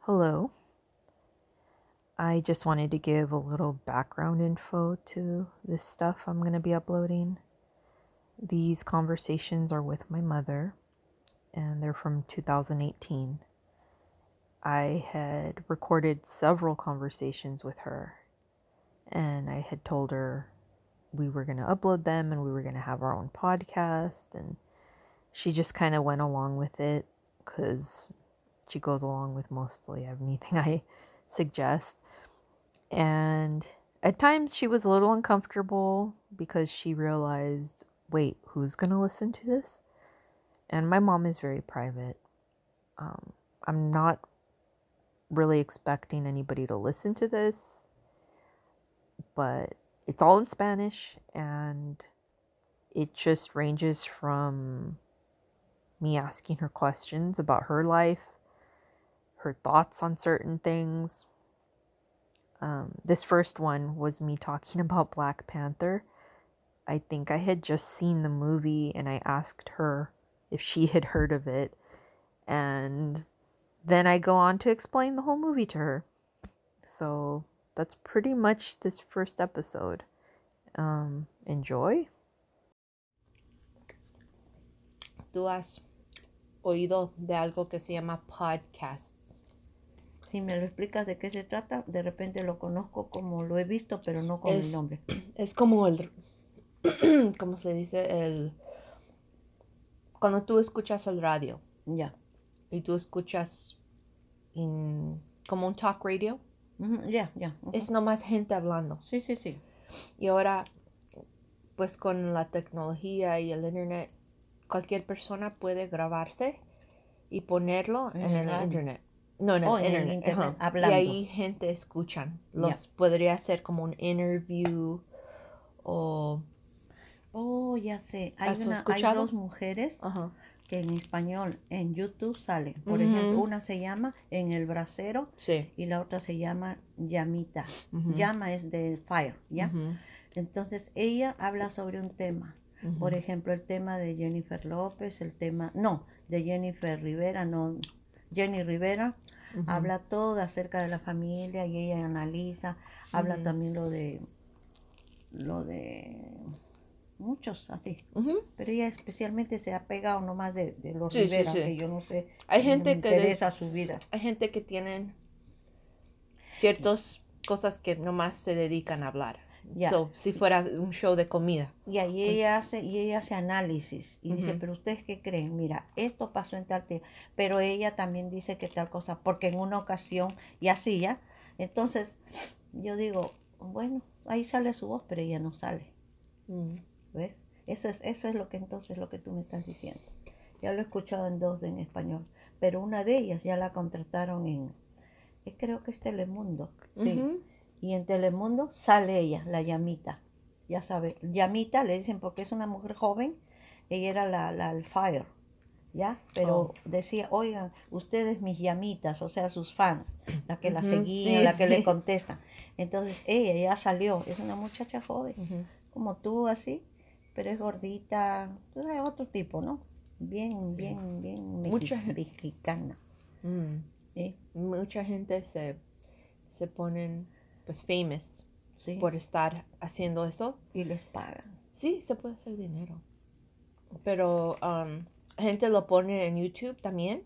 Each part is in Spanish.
Hello. I just wanted to give a little background info to this stuff I'm going to be uploading. These conversations are with my mother, and they're from 2018. I had recorded several conversations with her, and I had told her we were going to upload them and we were going to have our own podcast. And she just kind of went along with it because she goes along with mostly anything I suggest. And at times she was a little uncomfortable because she realized wait, who's going to listen to this? And my mom is very private. Um, I'm not really expecting anybody to listen to this, but it's all in Spanish and it just ranges from me asking her questions about her life, her thoughts on certain things. Um, this first one was me talking about Black Panther. I think I had just seen the movie and I asked her if she had heard of it. And then I go on to explain the whole movie to her. So that's pretty much this first episode. Um, enjoy. tú has oído de algo que se llama podcasts. Si me lo explicas de qué se trata, de repente lo conozco como lo he visto, pero no con Es- el nombre. Es como el, ¿cómo se dice? El, cuando tú escuchas el radio Ya. y tú escuchas en- como un talk radio, Ujú, Ya, ya. ujú. es nomás gente hablando. Sí, sí, sí. Y ahora, pues con la tecnología y el internet, cualquier persona puede grabarse y ponerlo en, En el el radio. internet. No, en Oh, el en el internet. internet, ajá. hablando. Y ahí gente escuchan. Los podría ser como un interview o... Oh, ya sé. Hay, ¿Has una- hay escuchado? dos mujeres Ajá. que en español, en YouTube salen. Por Ujú. ejemplo, una se llama En el Bracero Sí. y la otra se llama Llamita. Ujú. Llama es de fire, ¿ya? Ujú. Entonces ella habla sobre un tema. Por Ujú. ejemplo, el tema de Jennifer López, el tema, no, de Jennifer Rivera, no, Jenny Rivera, Ujú. habla todo acerca de la familia y ella analiza, habla Ujú. también lo de, lo de muchos así, Ujú. pero ella especialmente se ha pegado nomás de, de los Sí, sí, Rivera, sí. que yo no sé, Hay no me gente que de- interesa su vida. Hay gente que tienen ciertas cosas que nomás se dedican a hablar. Ya. So, si fuera un show de comida. Y ahí ella hace, y ella hace análisis y dice, Pues Ujú. pero ustedes qué creen, mira, esto pasó en tal tiempo, pero ella también dice que tal cosa, porque en una ocasión, y así ya. Entonces, yo digo, bueno, ahí sale su voz, pero ella no sale. Mm, ¿Ves? Eso es, eso es lo que entonces lo que tú me estás diciendo. Ya lo he escuchado en dos en español, pero una de ellas ya la contrataron en, eh, creo que es Telemundo. Sí. Ujú. Y en Telemundo sale ella, la llamita. Ya sabe, llamita le dicen porque es una mujer joven, ella era la, la el fire, ¿ya? Pero Oh. decía, oigan, ustedes mis llamitas, o sea, sus fans, la que la Ujú, seguían, sí, la que sí. le contestan. Entonces ella ya salió, es una muchacha joven, Ujú. como tú así, pero es gordita, tú sabes, otro tipo, ¿no? Bien, Sí. bien, bien Mucha mexi- gen- mexicana. Mm. ¿eh? Mucha gente se, se ponen pues famous Sí, por estar haciendo eso. y les pagan. Sí, se puede hacer dinero. Pero um, gente lo pone en YouTube también.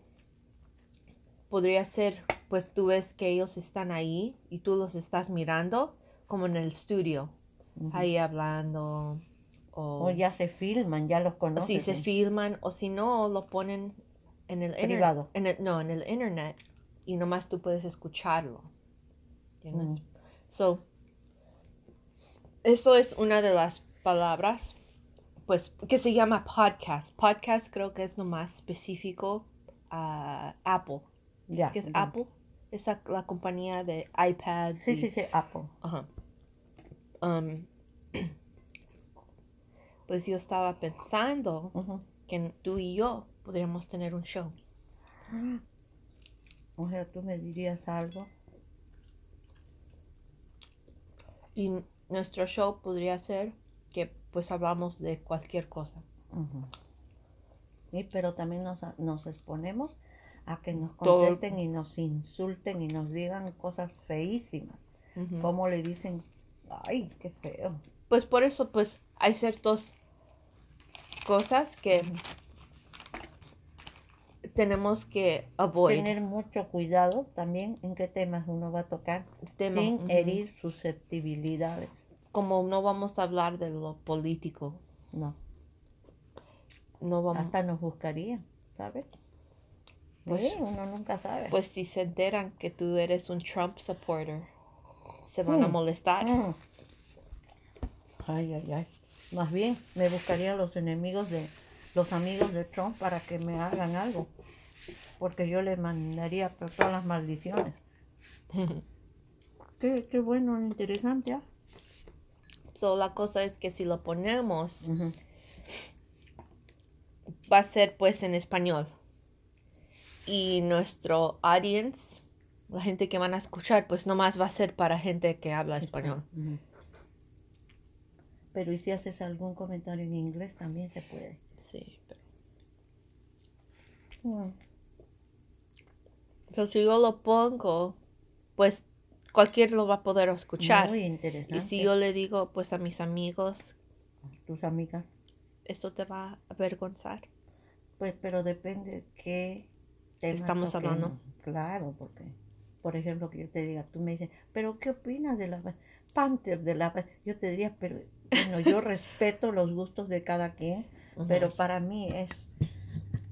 Podría ser, pues tú ves que ellos están ahí y tú los estás mirando como en el estudio, Ujú. ahí hablando. O, O ya se filman, ya los conocen. si se filman o si no lo ponen en el inter- Privado. en el- no, en el internet y nomás tú puedes escucharlo. ¿Entiendes? Mm. So, eso es una de las palabras pues que se llama podcast. Podcast creo que es nomás específico a Apple. Ya, es que es ya. Apple, es la, la compañía de iPads. Sí, y- sí, sí, Apple. Ajá. Um, pues yo estaba pensando Ujú. que tú y yo podríamos tener un show. O sea, tú me dirías algo. Y nuestro show podría ser que pues hablamos de cualquier cosa. Ujú. Y pero también nos, nos exponemos a que nos Todo- contesten y nos insulten y nos digan cosas feísimas. Ujú. Como le dicen, ay, qué feo. Pues por eso, pues hay ciertas cosas que tenemos que avoid. Tener mucho cuidado también en qué temas uno va a tocar Tema, sin ujú. herir susceptibilidades. Como no vamos a hablar de lo político, No, no vamos. hasta nos buscarían, ¿sabes? Pues- Sí, uno nunca sabe. Pues si se enteran que tú eres un Trump supporter, se van a Mm. molestar. Mm. Ay, ay, ay. Más bien, me buscaría los enemigos de los amigos de Trump para que me hagan algo. Porque yo le mandaría por todas las maldiciones. Qué, qué bueno, interesante. ¿ah? So, la cosa es que si lo ponemos, va a ser pues en español. Y nuestro audience, la gente que van a escuchar, pues nomás va a ser para gente que habla español. Ujú. Pero ¿y si haces algún comentario en inglés también se puede? Sí, pero... Mm. pero si yo lo pongo, pues cualquier lo va a poder escuchar. Muy interesante. Y si yo le digo pues a mis amigos, Tus amigas. eso te va a avergonzar. Pues, pero depende qué tema Estamos hablando. toquemos. Claro, porque, por ejemplo, que yo te diga, tú me dices, pero ¿qué opinas de la Panther de la Yo te diría, pero bueno, yo respeto los gustos de cada quien, pero para mí es,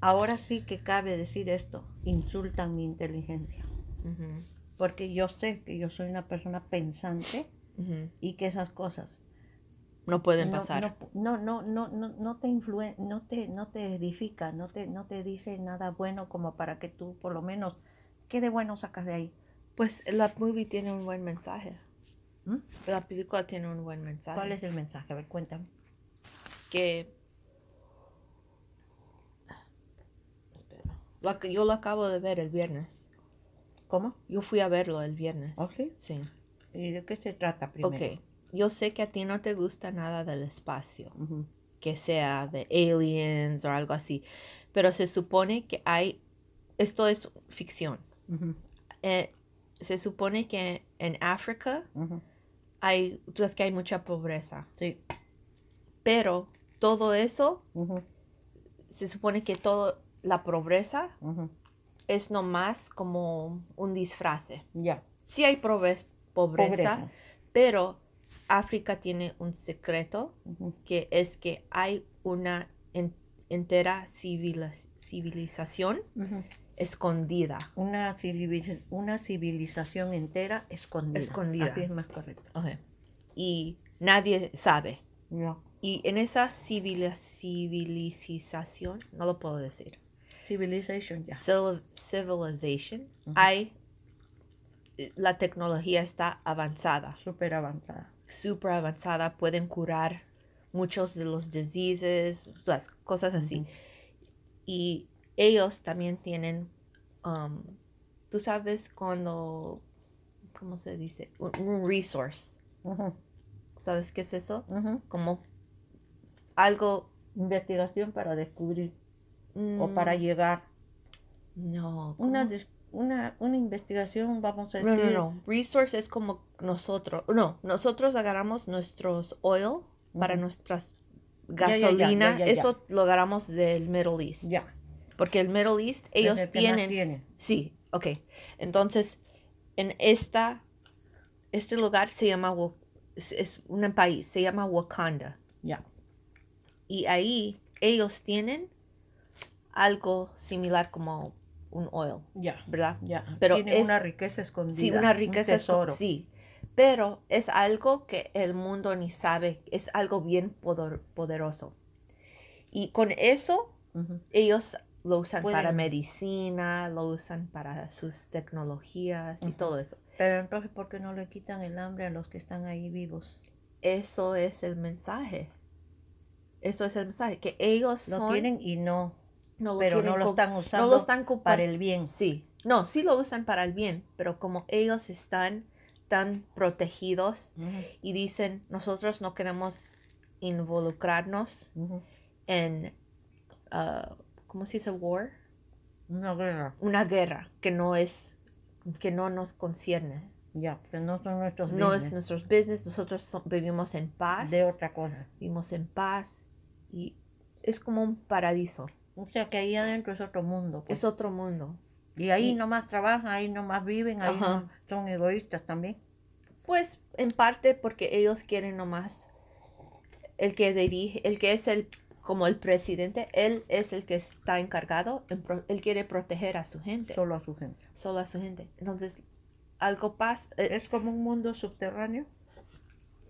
ahora sí que cabe decir esto, insultan mi inteligencia, Ujú, porque yo sé que yo soy una persona pensante ujú. y que esas cosas No pueden no, pasar. No, no, no, no, no te influen, no te, no te edifica, no te, no te dice nada bueno como para que tú por lo menos qué de bueno sacas de ahí. Pues la movie tiene un buen mensaje. ¿Mm? La película tiene un buen mensaje. ¿Cuál es el mensaje? A ver, cuéntame. que Espera. Lo que- yo lo acabo de ver el viernes. ¿Cómo? Yo fui a verlo el viernes. ¿Ah, sí? Sí. ¿Y de qué se trata primero? Ok. Yo sé que a ti no te gusta nada del espacio, Ujú. que sea de aliens o algo así, pero se supone que hay, esto es ficción, Ujú, Eh, se supone que en África ujú. hay, tú sabes que hay mucha pobreza, Sí. pero todo eso, Ujú, se supone que toda la pobreza ujú. es nomás como un disfrace. Ya. Sí hay pobres- pobreza, Pobreza. pero África tiene un secreto Ujú. que es que hay una en- entera civiliz- civilización Ujú. escondida. Una, civiliz- una civilización entera escondida. Escondida. Así es más correcto. Ok. Y nadie sabe. Ya. Y en esa civili- civilización, no lo puedo decir, Civilization, ya. civil- civilization, Ujú. hay, eh, la tecnología está avanzada. Súper avanzada. súper avanzada, pueden curar muchos de los diseases, las cosas así. Ujú. Y ellos también tienen, um, tú sabes, cuando, ¿cómo se dice? Un, un resource. Ujú, ¿Sabes qué es eso? ujú. Como algo... Investigación para descubrir o mm, para llegar. No. ¿cómo? Una, des- una, una investigación, vamos a no, decir. no, no. Resource es como nosotros. No, nosotros agarramos nuestros oil para Ujú. nuestras Ya, ya, ya, ya, gasolina. ya, ya. Eso lo agarramos del Middle East. Ya. Porque el Middle East, desde ellos que más tienen... tienen. Sí, ok. Entonces, en esta, este lugar se llama, Wa- es- es un país, se llama Wakanda. Ya. Y ahí ellos tienen algo similar como un oil, Ya. ¿verdad? Ya. Pero tienen es- una riqueza escondida. Sí, una un riqueza. es- tesoro. Sí, pero es algo que el mundo ni sabe, es algo bien poder- poderoso. Y con eso Ujú. ellos lo usan Pueden- para medicina, lo usan para sus tecnologías y Ujú. todo eso. Pero entonces, ¿por qué no le quitan el hambre a los que están ahí vivos? Eso es el mensaje. Eso es el mensaje, que ellos Lo son- tienen y no. no lo pero quieren no lo co- están usando no lo están para compartiendo. el bien. Sí, no, sí lo usan para el bien, pero como ellos están tan protegidos Ujú, y dicen, nosotros no queremos involucrarnos ah, ujú. en, uh, ¿cómo se dice? War. Una guerra. una guerra que no es, que no nos concierne. Ya, pero no son nuestros No es business, nuestros business, nosotros so- vivimos en paz, de otra cosa. vivimos en paz y es como un paraíso, O sea que ahí adentro es otro mundo. pues. es otro mundo. y ahí y- nomás trabajan, ahí nomás viven, ahí Ajá. no- son egoístas también. Pues en parte porque ellos quieren nomás el que dirige, el que es el como el presidente, él es el que está encargado, en pro- él quiere proteger a su gente, Solo a su gente. solo a su gente. Entonces, algo pasa, eh, Es como un mundo subterráneo.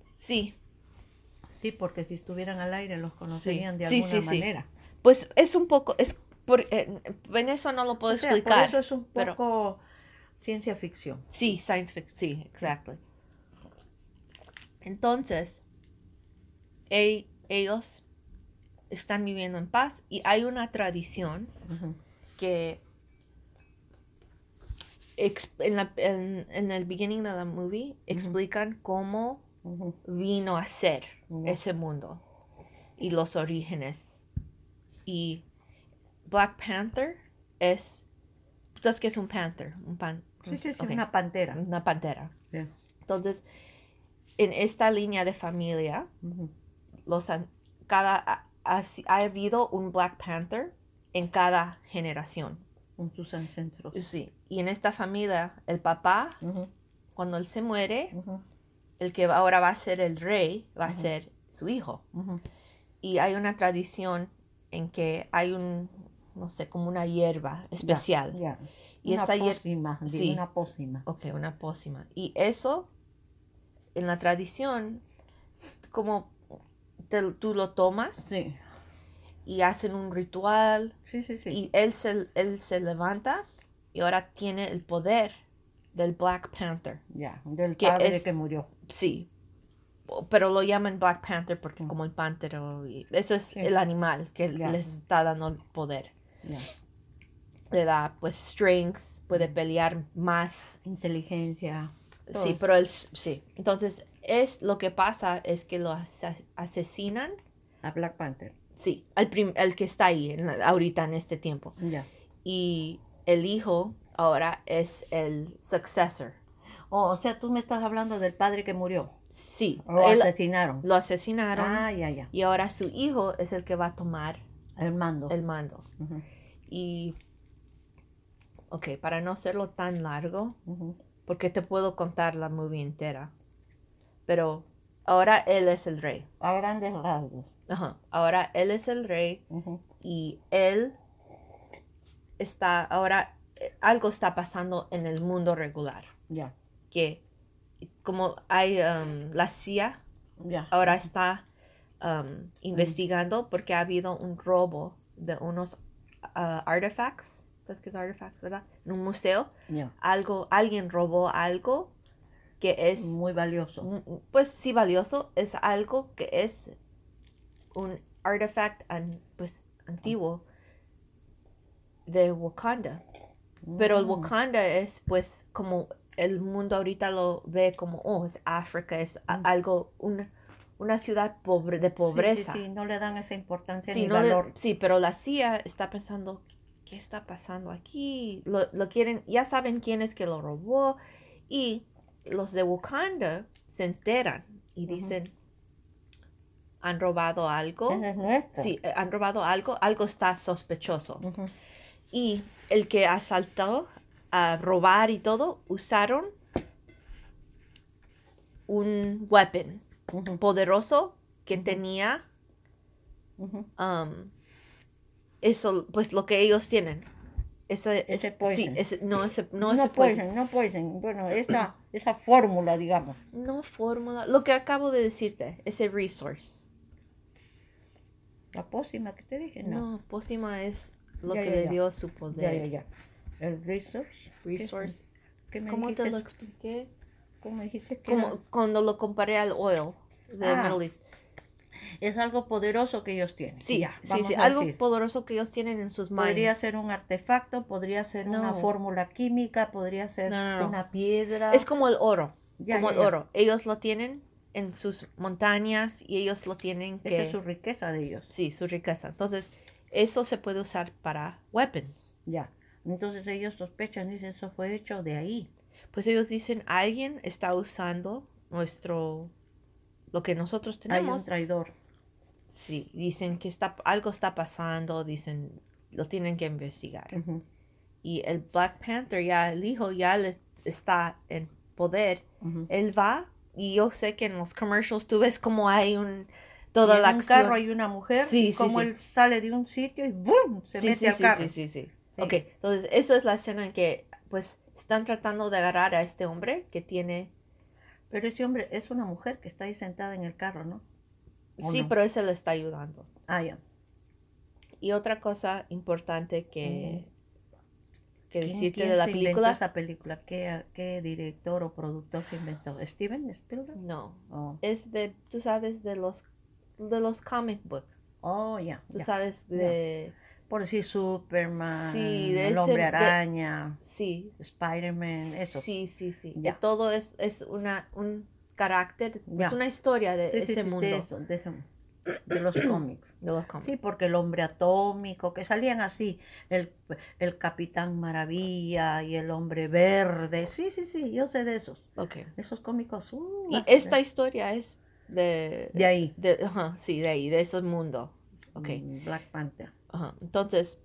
sí, Sí, porque si estuvieran al aire los conocerían de Sí, alguna sí, sí. manera. pues es un poco, es por, eh, en eso no lo puedo O sea, explicar. por eso es un pero- poco ciencia ficción. Sí, science fiction, sí, exactly. Entonces, e- ellos están viviendo en paz y hay una tradición Ujú. que ex- en, la- en- en el beginning de la movie explican cómo Ujú. vino a ser Ujú. ese mundo y los orígenes. Y Black Panther es... ¿Tú sabes qué es un panther? Un pan, Sí, sí, sí, Pues, ok una pantera. una pantera. Ya. Entonces, en esta línea de familia, Ujú. los an- cada ha, ha si- ha habido un Black Panther en cada generación. Con sus ancestros. Sí. Y en esta familia, el papá, Ujú, cuando él se muere, ujú, el que va- ahora va a ser el rey va a Ujú. ser su hijo. ujú. Y hay una tradición en que hay un, no sé, como una hierba especial. Ya, ya. Y una esa hier- pócima, di, sí. una pócima. Ok, una pócima. Y eso, en la tradición, como te- tú lo tomas Sí, y hacen un ritual sí, sí, sí. y él se, él se levanta y ahora tiene el poder del Black Panther. ya, del que padre es- que murió. Sí, o- pero lo llaman Black Panther porque Mm. como el pántero, y- eso es Sí. el animal que Ya. les está dando el poder. Ya. Le da pues strength, puede pelear más. Inteligencia. Sí, Todo. pero él, sí. Entonces, es lo que pasa es que lo asa- asesinan, A Black Panther. sí, al, prim- al que está ahí en la- ahorita en este tiempo. Ya. Y el hijo ahora es el successor. Oh, o sea, tú me estás hablando del padre que murió. Sí, O él- asesinaron. lo asesinaron Oh, Ah, ya, ya. y ahora su hijo es el que va a tomar El mando. el mando. Ujú, Y, ok, para no hacerlo tan largo, ujú. porque te puedo contar la movie entera, pero ahora él es el rey. A grandes rasgos. Ajá. Ahora él es el rey Ujú. y él está, ahora eh, algo está pasando en el mundo regular, Ya, que como hay um, la CIA, ya. ahora está um, investigando porque ha habido un robo de unos uh, artifacts, ¿sabes qué es artifacts, verdad? En un museo, ya. algo, alguien robó algo que es Muy valioso. mm, pues sí valioso es algo que es un artifact an- pues antiguo de Wakanda pero el Mm. Wakanda es pues como el mundo ahorita lo ve como oh es África es a- Mm. algo una, una ciudad pobre de pobreza Sí, sí, sí, no le dan esa importancia Sí, ni no le- valor. sí, pero la CIA está pensando, ¿qué está pasando aquí? Lo, lo quieren, ya saben quién es que lo robó. Y los de Wakanda se enteran y Ujú. dicen, ¿han robado algo? Ese es nuestro. Sí, eh, han robado algo, algo está sospechoso. Ujú. Y el que asaltó a robar y todo, usaron un weapon Ujú, poderoso que Ujú. tenía ujú. um, eso, pues lo que ellos tienen. Ese, Ese es- Sí, poison. ese, no, ese, no, No, ese poison, poison. no poison. Bueno, esa, esa fórmula, digamos. No fórmula. Lo que acabo de decirte, ese resource. La pócima que te dije, no. No, pócima es lo Ya, que ya, le ya. dio su poder. ya, ya, ya. El resource. ¿qué- Resource. qué me ¿Cómo te dijiste? lo expliqué? ¿Cómo dijiste que era? Como, cuando lo comparé al oil de Ah, Middle East. es algo poderoso que ellos tienen? Sí, Ya, sí, vamos sí. a Algo decir. poderoso que ellos tienen en sus manos. Podría ser un artefacto, podría ser una No. fórmula química, podría ser No, no, no. una piedra. Es como el oro. Ya, como ya, el ya. oro. Ellos lo tienen en sus montañas y ellos lo tienen que. Esa es su riqueza de ellos. Sí, su riqueza. Entonces, eso se puede usar para weapons. Ya. Entonces ellos sospechan, dicen, eso fue hecho de ahí. Pues ellos dicen, alguien está usando nuestro, lo que nosotros Hay un tenemos. traidor. Sí, dicen que está, algo está pasando, dicen, lo tienen que investigar. Ujú, Y el Black Panther, ya el hijo, ya le- está en poder. ujú. Él va y yo sé que en los commercials tú ves como hay un, toda Y en la un acción. carro hay una mujer Sí, y sí, como sí. él sale de un sitio y ¡boom! se sí, mete sí, al sí, carro. sí, sí, sí. Sí. Ok, entonces eso es la escena en que pues están tratando de agarrar a este hombre que tiene... Pero ese hombre es una mujer que está ahí sentada en el carro, ¿no? ¿O Sí, no? pero ese le está ayudando. Ah, ya. Y otra cosa importante que, que ¿Quién- decirte quién de la se inventó película... esa película? ¿Qué, ¿Qué director o productor se inventó? ¿Steven Spielberg? No, Oh, es de, tú sabes, de los, de los comic books. oh, ya. Tú ya. sabes de... Por decir Superman, Sí, de el ese- Hombre de- Araña, Sí. Spider-Man, eso. Sí, sí, sí. Ya. Que Todo es, es una, un carácter, Ya. es una historia de Sí, sí, ese sí, mundo De, eso, de, eso, de los cómics. de los cómics. Sí, porque el hombre atómico, que salían así, el, el Capitán Maravilla y el hombre verde. Sí, sí, sí, yo sé de esos. Ok. Esos cómicos. uh, Y bastante. esta historia es de... De ahí. de- ajá, sí, de ahí, de ese mundo. Ok. Mm, Black Panther. ajá. Entonces,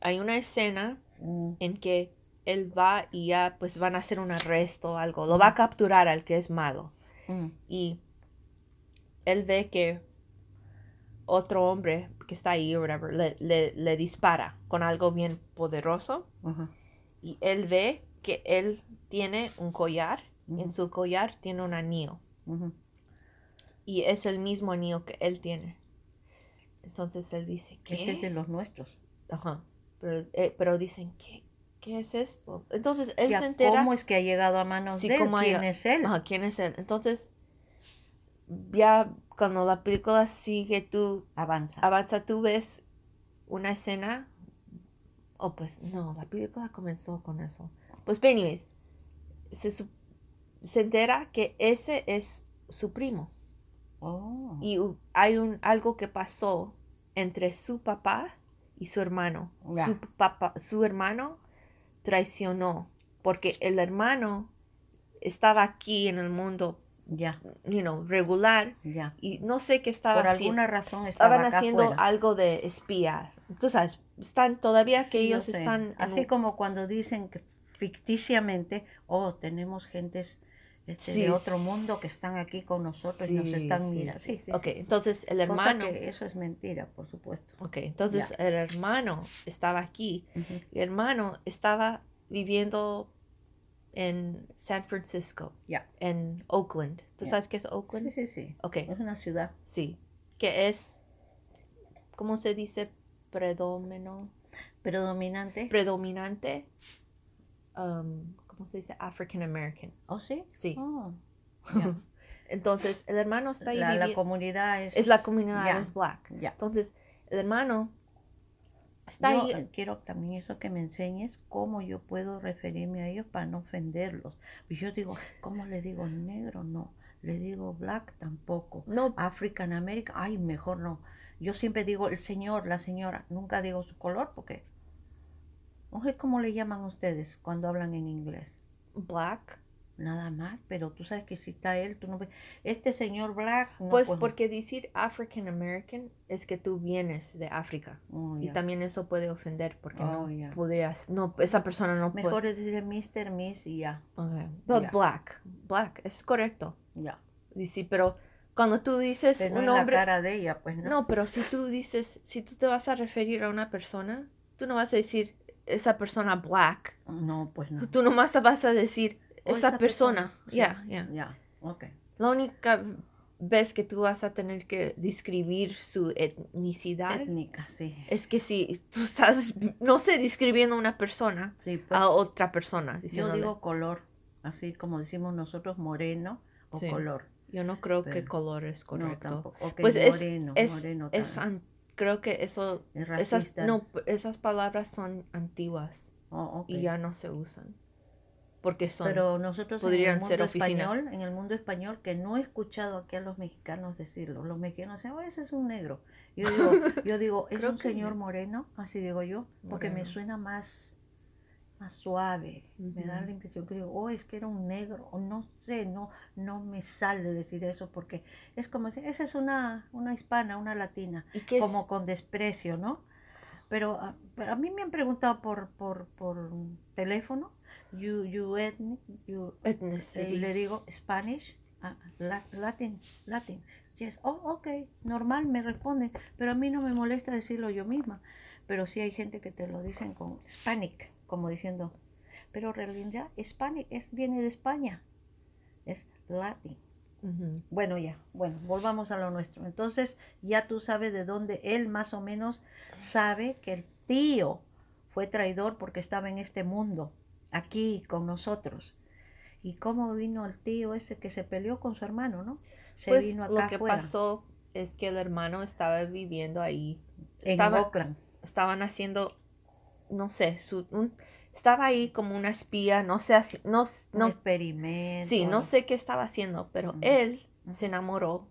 hay una escena Mm, en que él va y ya pues van a hacer un arresto o algo. Lo va a capturar al que es malo. mm, Y él ve que otro hombre que está ahí, whatever, le, le- le dispara con algo bien poderoso. ajá. Y él ve que él tiene un collar. y En Ujú. su collar tiene un anillo. Ujú. Y es el mismo anillo que él tiene. Entonces él dice, Este es de ¿qué? los nuestros. Ajá. Pero, eh, pero dicen, ¿qué? ¿Qué es esto? Entonces él Ya, se entera. ¿Cómo es que ha llegado a manos Sí, de él? cómo ha ¿Quién llegado? es él? Ajá, ¿quién es él? Entonces, ya cuando la película sigue, tú Avanza. avanza, tú ves una escena. Oh, pues no, la película comenzó con eso. Pues, but anyways, se, su- se entera que ese es su primo. Oh, Y hu- hay un, algo que pasó entre su papá y su hermano. Ya. Su, papá, su hermano traicionó porque el hermano estaba aquí en el mundo, ya, you know, regular ya. y no sé qué estaba Por haciendo. alguna razón estaba Estaban acá haciendo afuera. algo de espiar. Tú sabes, están todavía que Sí, yo ellos sé. están en Así un- como cuando dicen que ficticiamente, oh, tenemos gentes este, Sí, de otro sí. mundo que están aquí con nosotros y nos Sí, están sí, mirando. sí. Sí, sí, sí. Ok, entonces el Cosa hermano, que eso es mentira, por supuesto. ok, entonces el hermano estaba aquí Ujú. Mi hermano estaba viviendo en San Francisco, Ya. en Oakland. ¿Tú Ya. sabes qué es Sí, Oakland? sí, sí. Ok, Es una ciudad. sí. Que es, ¿cómo se dice? Predomino, Predominante. predominante, um, ¿cómo se dice? African American. ¿Oh, sí? Sí. Oh, ya. Entonces, el hermano está ahí la, la vivi- comunidad es... es la comunidad, Ya. es black. Ya. Entonces, el hermano está Yo, ahí. eh, quiero también eso que me enseñes cómo yo puedo referirme a ellos para no ofenderlos. Y Yo digo, ¿cómo le digo negro? No. Le digo black tampoco. No, African American, ay, mejor no. Yo siempre digo el señor, la señora. Nunca digo su color porque. No sé cómo le llaman ustedes cuando hablan en inglés. black. Nada más, pero tú sabes que si está él, tú no ves. Este señor black. No, Pues pues, porque decir African American es que tú vienes de África. Oh, Y ya. también eso puede ofender porque Oh, no ya. podrías, no, esa persona no puede. Mejor es decir Mr. Miss y ya. Ok. But Ya. black, black, es correcto. Ya. Y sí, pero cuando tú dices Pero un no en la hombre, cara de ella, pues no. no, pero si tú dices, si tú te vas a referir a una persona, tú no vas a decir esa persona black, No, pues no. tú nomás vas a decir O esa, esa persona. persona, Ya, sí. ya. Ya, ok. La única vez que tú vas a tener que describir su etnicidad Étnica, sí. es que si tú estás, no sé, describiendo a una persona Sí, pues, a otra persona. yo diciéndole, digo color, así como decimos nosotros moreno o Sí. color. yo no creo que pero- color es No, correcto. tampoco. Ok, Pues es- moreno, es- moreno es también. an- creo que eso, Es esas, racista. no, esas palabras son antiguas Oh, ok. y ya no se usan. porque son... Pero nosotros podrían en el mundo ser oficina. español, en el mundo español, que no he escuchado aquí a los mexicanos decirlo. Los mexicanos dicen, oh, ese es un negro. Yo digo, yo digo es Creo un que señor no. moreno, así digo yo, porque me Moreno. suena más, más suave. Me da Ujú. la impresión que digo, oh, es que era un negro. O no sé, no, no me sale decir eso porque es como, decir, esa es una, una hispana, una latina ¿Y qué es? como con desprecio, ¿no? Pero a, pero a mí me han preguntado por, por, por teléfono, you, you ethnic, you, Ethnicity. y le digo Spanish, ah, la- Latin, Latin. Yes, oh, ok, normal, me responden, pero a mí no me molesta decirlo yo misma. Pero sí hay gente que te lo dicen con Hispanic, como diciendo, pero en realidad Hispanic es, viene de España, es Latin. Ujú. Bueno, ya, bueno, volvamos a lo nuestro. Entonces, ya tú sabes de dónde él más o menos sabe que el tío fue traidor porque estaba en este mundo, aquí con nosotros. ¿Y cómo vino el tío ese que se peleó con su hermano, no? Se Pues vino lo acá que afuera, pasó es que el hermano estaba viviendo ahí. en Estaba, Oakland. estaban haciendo, no sé, su, un- estaba ahí como una espía, no sé, así- no, un no, experimento. sí, no algo. sé qué estaba haciendo, pero Ujú. él Ujú. se enamoró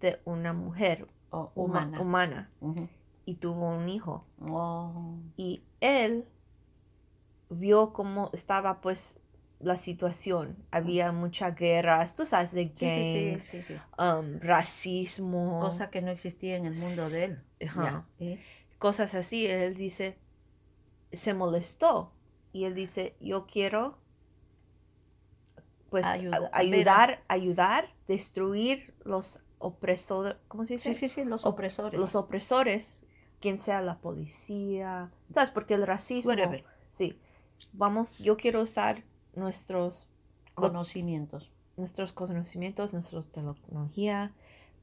de una mujer O huma- humana. humana Ujú. y tuvo un hijo. Oh, y él vio cómo estaba pues la situación. Había muchas guerras, tú sabes, de sí, sí, sí, gangs, sí, sí. um, racismo, Cosa que no existía en el mundo de él. ajá, Ya, ¿eh? cosas así. Él dice, se molestó y él dice, yo quiero pues a- Ayuda- ver a- ayudar, ayudar, destruir los opresores, ¿cómo se dice? Sí, sí, sí, los O- opresores. Los opresores, quien sea la policía, ¿sabes? Porque el racismo... Whatever. Sí. Vamos, yo quiero usar nuestros, Lo- conocimientos. nuestros conocimientos, nuestra tecnología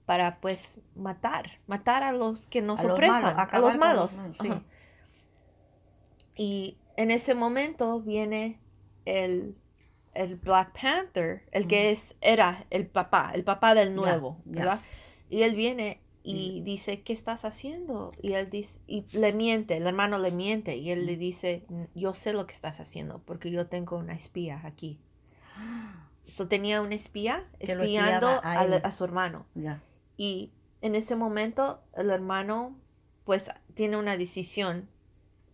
para pues matar, matar a los que nos A los opresan, malos, a acabar los con malos. sí. Ajá. Y en ese momento viene el, el Black Panther, el que Ujú. es, era el papá, el papá del Ya, nuevo, ya. ¿verdad? Y él viene y dice, ¿qué estás haciendo? Y él dice, y le miente, el hermano le miente, y él le Mm. dice, yo sé lo que estás haciendo, porque yo tengo una espía aquí. So, tenía un espía Que lo espiando espiaba a a la- él. a su hermano. Ya. Y en ese momento el hermano pues tiene una decisión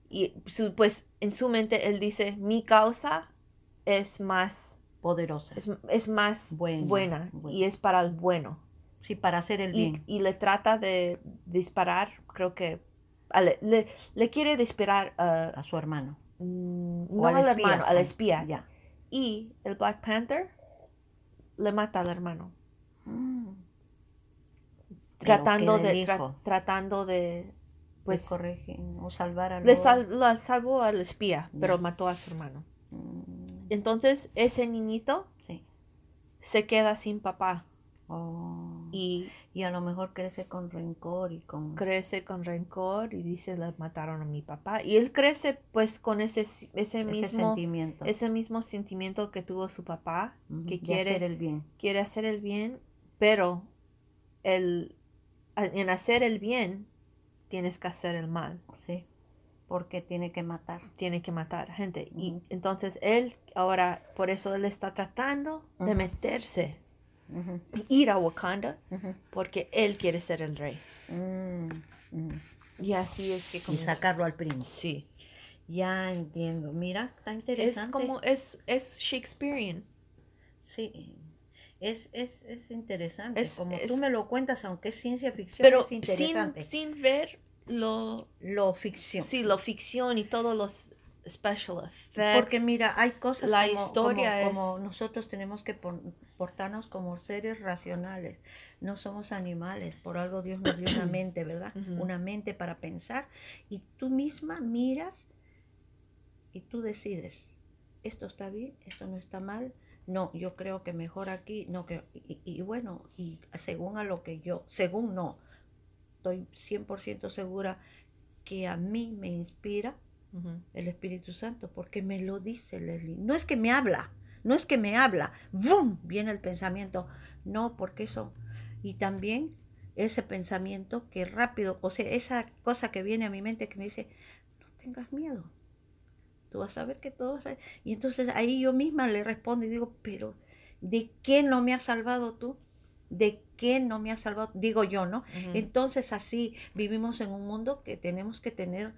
y su- pues en su mente él dice mi causa es más Poderosa. es, es más Buena, buena, buena. y es para el bueno Sí, para hacer el y, bien. y le trata de disparar creo que a le, le- le quiere disparar uh, A su hermano. mm, O no al, espía. hermano al Ah, espía Ya. y el Black Panther le mata al hermano Mm. Pero tratando queda el de tra- hijo. tratando de Pues pues corrigen o salvar al le otro. sal- la salvó al espía, pero Ya. mató a su hermano. Mm, Entonces ese niñito Sí. se queda sin papá Oh. Y, y a lo mejor crece con rencor y con. crece con rencor y dice le mataron a mi papá y él crece pues con ese si- ese ese mismo sentimiento. ese mismo sentimiento que tuvo su papá Ujú, que de quiere hacer el bien. quiere hacer el bien pero el a- en hacer el bien tienes que hacer el mal Sí. Porque tiene que matar. tiene que matar gente. Y Ujú. entonces él, ahora, por eso él está tratando de Ujú. meterse, Ujú, ir a Wakanda, ujú. porque él quiere ser el rey. Mm, mm. Y así es que Y comienza. sacarlo al primo. Sí. Ya entiendo. Mira, está interesante. Es como, es, es Shakespearean. Sí, es, es, es interesante. Es- Como es- tú me lo cuentas, aunque es ciencia ficción, Pero es sin, interesante. sin ver lo, Lo ficción. sí, lo ficción y todos los special effects. Porque mira, hay cosas La como, historia como- como es- nosotros tenemos que pon- portarnos como seres racionales. No somos animales, por algo Dios nos dio una mente, ¿verdad? Ujú. Una mente para pensar y tú misma miras y tú decides, esto está bien, esto no está mal. No, yo creo que mejor aquí, no creo. Y, y- y bueno, y según a lo que yo, según no, estoy 100% segura que a mí me inspira Ujú. el Espíritu Santo, porque me lo dice Leslie. No es que me habla, no es que me habla, ¡bum! viene el pensamiento. No, porque eso. Y también ese pensamiento que rápido, o sea, esa cosa que viene a mi mente que me dice, no tengas miedo, Tú vas a ver que todo va a salir. Y entonces ahí yo misma le respondo y digo, pero ¿de qué no me has salvado tú? ¿De qué no me has salvado? Digo yo, ¿no? Ujú. Entonces así vivimos en un mundo que tenemos que tener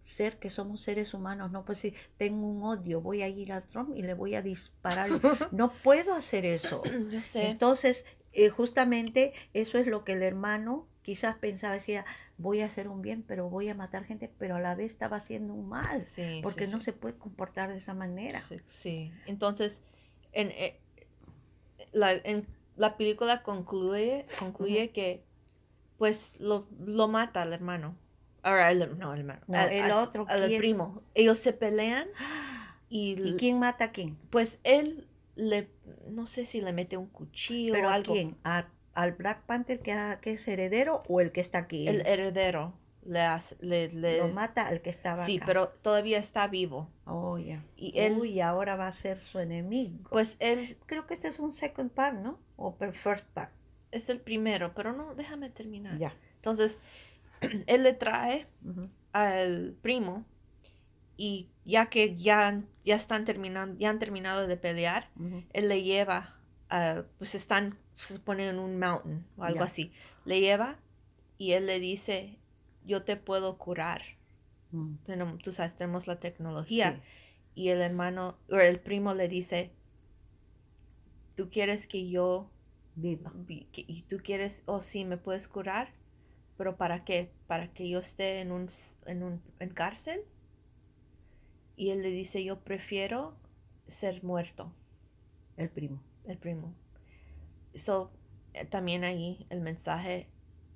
ser que somos seres humanos, no pues si tengo un odio, voy a ir a Trump y le voy a disparar. No puedo hacer eso. Yo sé. Entonces, eh, justamente eso es lo que el hermano quizás pensaba, decía, voy a hacer un bien, pero voy a matar gente, pero a la vez estaba haciendo un mal, Sí, porque sí, no sí. se puede comportar de esa manera. Sí, sí. Entonces, en, eh, la, en- la película concluye, concluye que pues lo, lo mata al hermano. Ahora, el- no, al hermano. No, al, el a su- otro, Al ¿quién? primo. Ellos se pelean y, ¿Y quién mata a quién? pues él le, no sé si le mete un cuchillo ¿Pero o a algo. quién? ¿A- ¿Al Black Panther que, ha- que es heredero o el que está aquí? El heredero le hace, le, le- Lo mata al que estaba Este, sí, acá. pero todavía está vivo. Oh, ya. Y él, Uy, ahora va a ser su enemigo. pues él Creo que este es un second part, ¿no? O per- first part. es el primero, pero no, déjame terminar. Ya. Entonces, él le trae Ujú. al primo y ya que ya, ya están terminando, ya han terminado de pelear, Ujú. él le lleva, a- pues están, se supone en un mountain o algo Ya. así, le lleva y él le dice, yo te puedo curar, Mm. Tenem- tú sabes, tenemos la tecnología. Sí. Y el hermano, o el primo le dice, tú quieres que yo Viva. vi- que- y tú quieres, oh sí, me puedes curar, pero ¿para qué? ¿Para que yo esté en un, s- en un en cárcel? Y él le dice, yo prefiero ser muerto, El primo. el primo. So, eh, también ahí el mensaje,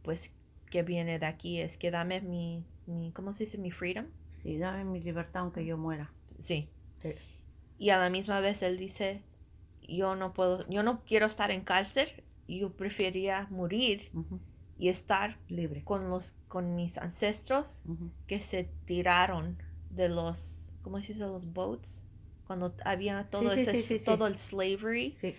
pues, que viene de aquí es que dame mi, mi ¿cómo se dice? Mi freedom. Sí, dame mi libertad aunque yo muera. Sí. Sí. Y a la misma vez él dice, yo no puedo, yo no quiero estar en cárcel, yo preferiría morir Ujú. y estar Libre. con los con mis ancestros Ujú. que se tiraron de los ¿cómo se dice los boats? Cuando había todo sí, ese sí, sí, sí. todo el slavery, Sí,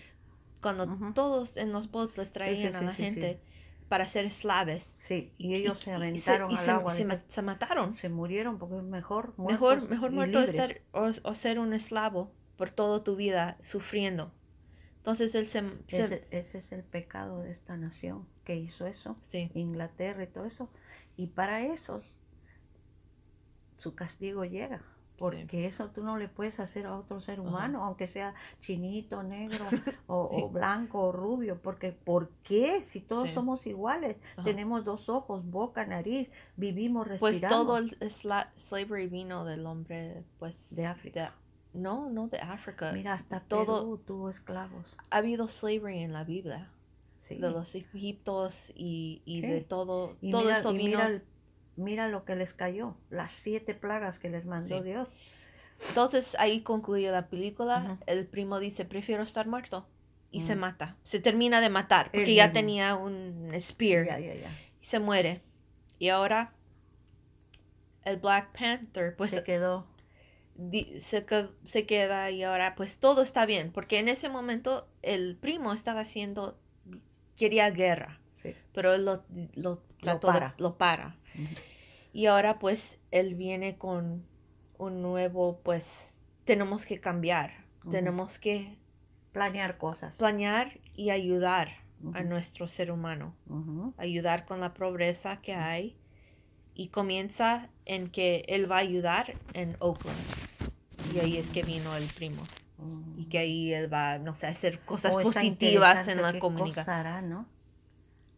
cuando Ujú. todos en los boats les traían a sí, la sí, gente para ser esclaves. sí. Y ellos se aventaron aventaron al agua. se, dice, ma- se mataron. se murieron porque es mejor Mejor muertos mejor y muerto es libres. ser o, o ser un esclavo por toda tu vida sufriendo. Entonces él se, se- Ese, ese es el pecado de esta nación que hizo eso. sí, Inglaterra y todo eso. Y para esos, su castigo llega. Porque eso tú no le puedes hacer a otro ser Ajá. humano, aunque sea chinito, negro, o, Sí. o blanco, o rubio. Porque, ¿por qué? Si todos Sí. somos iguales, Ajá. tenemos dos ojos, boca, nariz, vivimos, respiramos. Pues todo el sla- slavery vino del hombre, pues... De África. de- no, no de África. Mira, hasta todo- Perú tuvo esclavos. Ha habido slavery en la Biblia. Sí. De los egiptos y, y de Sí. todo. Y todo mira, eso y vino. mira el- mira lo que les cayó, las siete plagas que les mandó Sí. Dios. Entonces ahí concluye la película. Ajá. El primo dice, prefiero estar muerto. Y se Mm. mata. Se termina de matar. Porque Él ya mismo. tenía un spear. Ya, ya, ya. Y se muere. Y ahora el Black Panther, pues Se quedó. di- se, que- se queda y ahora pues todo está bien, porque en ese momento el primo estaba haciendo, quería guerra, Sí. pero él lo, lo trató de- para. lo para. Ujú. Y ahora pues él viene con un nuevo, pues tenemos que cambiar, Ujú. tenemos que planear cosas. planear y ayudar a Ujú. nuestro ser humano Ujú. ayudar con la pobreza que hay y comienza en que él va a ayudar en Oakland. Y ahí es que vino el primo Ujú. y que ahí él va, no sé, a hacer cosas Oh, está positivas interesante en la qué comunidad. cosa hará, ¿no?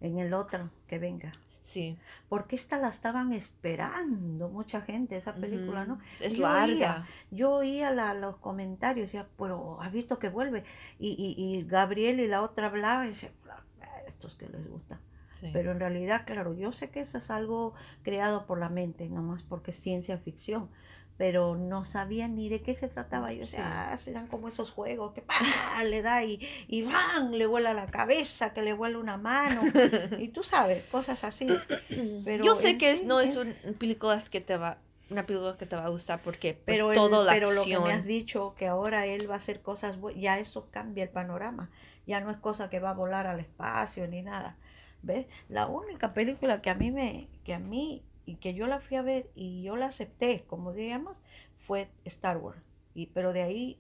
En el otro que venga. Sí. Porque esta la estaban esperando mucha gente, esa película, Ujú. ¿no? Es Yo larga. Yo oía la- los comentarios, decía, pero has visto que vuelve. Y, y- y Gabriel y la otra hablaban, y decía, "Ah, estos que les gusta. Sí. Pero en realidad, claro, yo sé que eso es algo creado por la mente, nomás porque es ciencia ficción, pero no sabía ni de qué se trataba. Yo decía, Sí. ah, serán como esos juegos que ¡pah! le da y, y ¡bam! le vuela la cabeza, que le vuela una mano, y tú sabes, cosas así. pero Yo sé en que es, fin, no es es- un películas que te va una película que te va a gustar porque pues, Pero, el- toda la pero lo que acción me has dicho, que ahora él va a hacer cosas bu- ya eso cambia el panorama. Ya no es cosa que va a volar al espacio ni nada. ¿Ves? La única película que a mí me, que a mí, y que yo la fui a ver y yo la acepté, como digamos, fue Star Wars. Y, pero de ahí,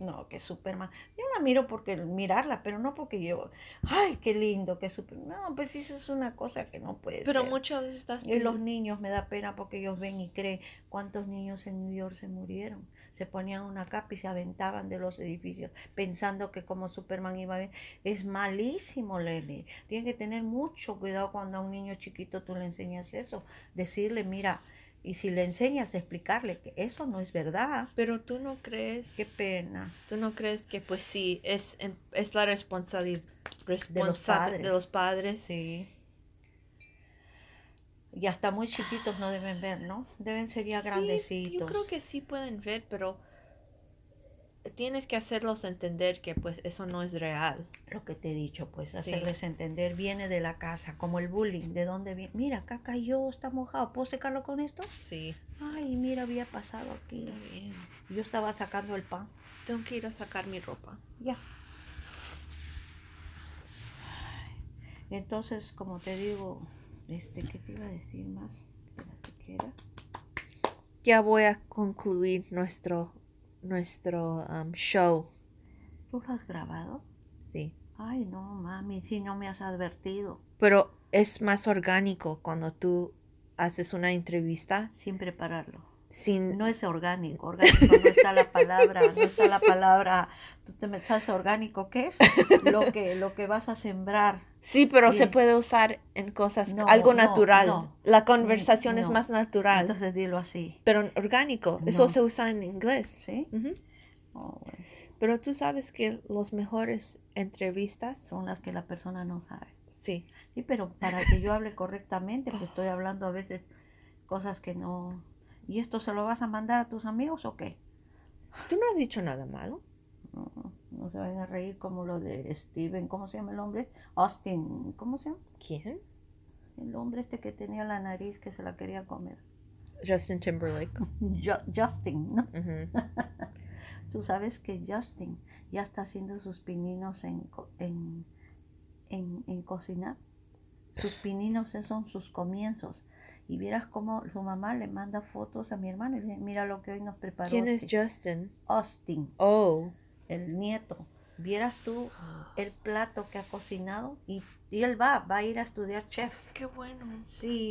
no, que Superman. Yo la miro porque mirarla, pero no porque yo, ay, qué lindo, que Superman. No, pues eso es una cosa que no puede Pero ser. muchos de estas Y peli- los niños me da pena porque ellos ven y creen cuántos niños en New York se murieron. Se ponían una capa y se aventaban de los edificios pensando que como Superman iba a ver. Es malísimo, Lele. Tienes que tener mucho cuidado cuando a un niño chiquito tú le enseñas eso. Decirle, mira, y si le enseñas, explicarle que eso no es verdad. Pero tú no crees, Qué pena. tú no crees que pues sí, es, en- es la responsabilidad padres. de los padres. Sí. Y hasta muy chiquitos no deben ver, ¿no? Deben ser ya Sí, grandecitos. Yo creo que sí pueden ver, pero tienes que hacerlos entender que pues eso no es real. lo que te he dicho, pues Sí. hacerles entender, viene de la casa, como el bullying, de dónde viene. Mira, acá cayó, está mojado, ¿puedo secarlo con esto? Sí, Ay, mira, había pasado aquí. está bien. Yo estaba sacando el pan. Tengo que ir a sacar mi ropa. Ya. Entonces, como te digo, este, ¿qué te iba a decir más? Espérate, ¿qué era? Ya voy a concluir nuestro, nuestro um, show. ¿Tú lo has grabado? Sí. Ay, no, mami, si no me has advertido. Pero es más orgánico cuando tú haces una entrevista Sin prepararlo. sin... No es orgánico, orgánico no está la palabra, no está la palabra. Tú te metes orgánico, ¿qué es? Lo que, lo que vas a sembrar. Sí, pero se Sí. puede usar en cosas, No, algo no, natural. no. La conversación es no. más natural, Entonces dilo así, pero orgánico. Eso No. se usa en inglés. ¿sí? Ujú. Oh, bueno, Pero tú sabes que los mejores entrevistas, son las que la persona no sabe. sí, Sí, pero para que yo hable correctamente, pues estoy hablando a veces cosas que no. ¿Y esto se lo vas a mandar a tus amigos o qué? tú no has dicho nada malo. No, no se vayan a reír como lo de Steven, ¿cómo se llama el hombre? Austin, ¿cómo se llama? ¿Quién? El hombre este que tenía la nariz que se la quería comer. Justin Timberlake. Ju- Justin, ¿no? Ujú. Tú sabes que Justin ya está haciendo sus pininos en, co- en, en, en cocinar. Sus pininos esos son sus comienzos. Y vieras cómo su mamá le manda fotos a mi hermano y le dice, mira lo que hoy nos preparó. ¿Quién es este Justin? Austin, Oh, el nieto. Vieras tú el plato que ha cocinado y, y él va, va a ir a estudiar chef. qué bueno. Sí,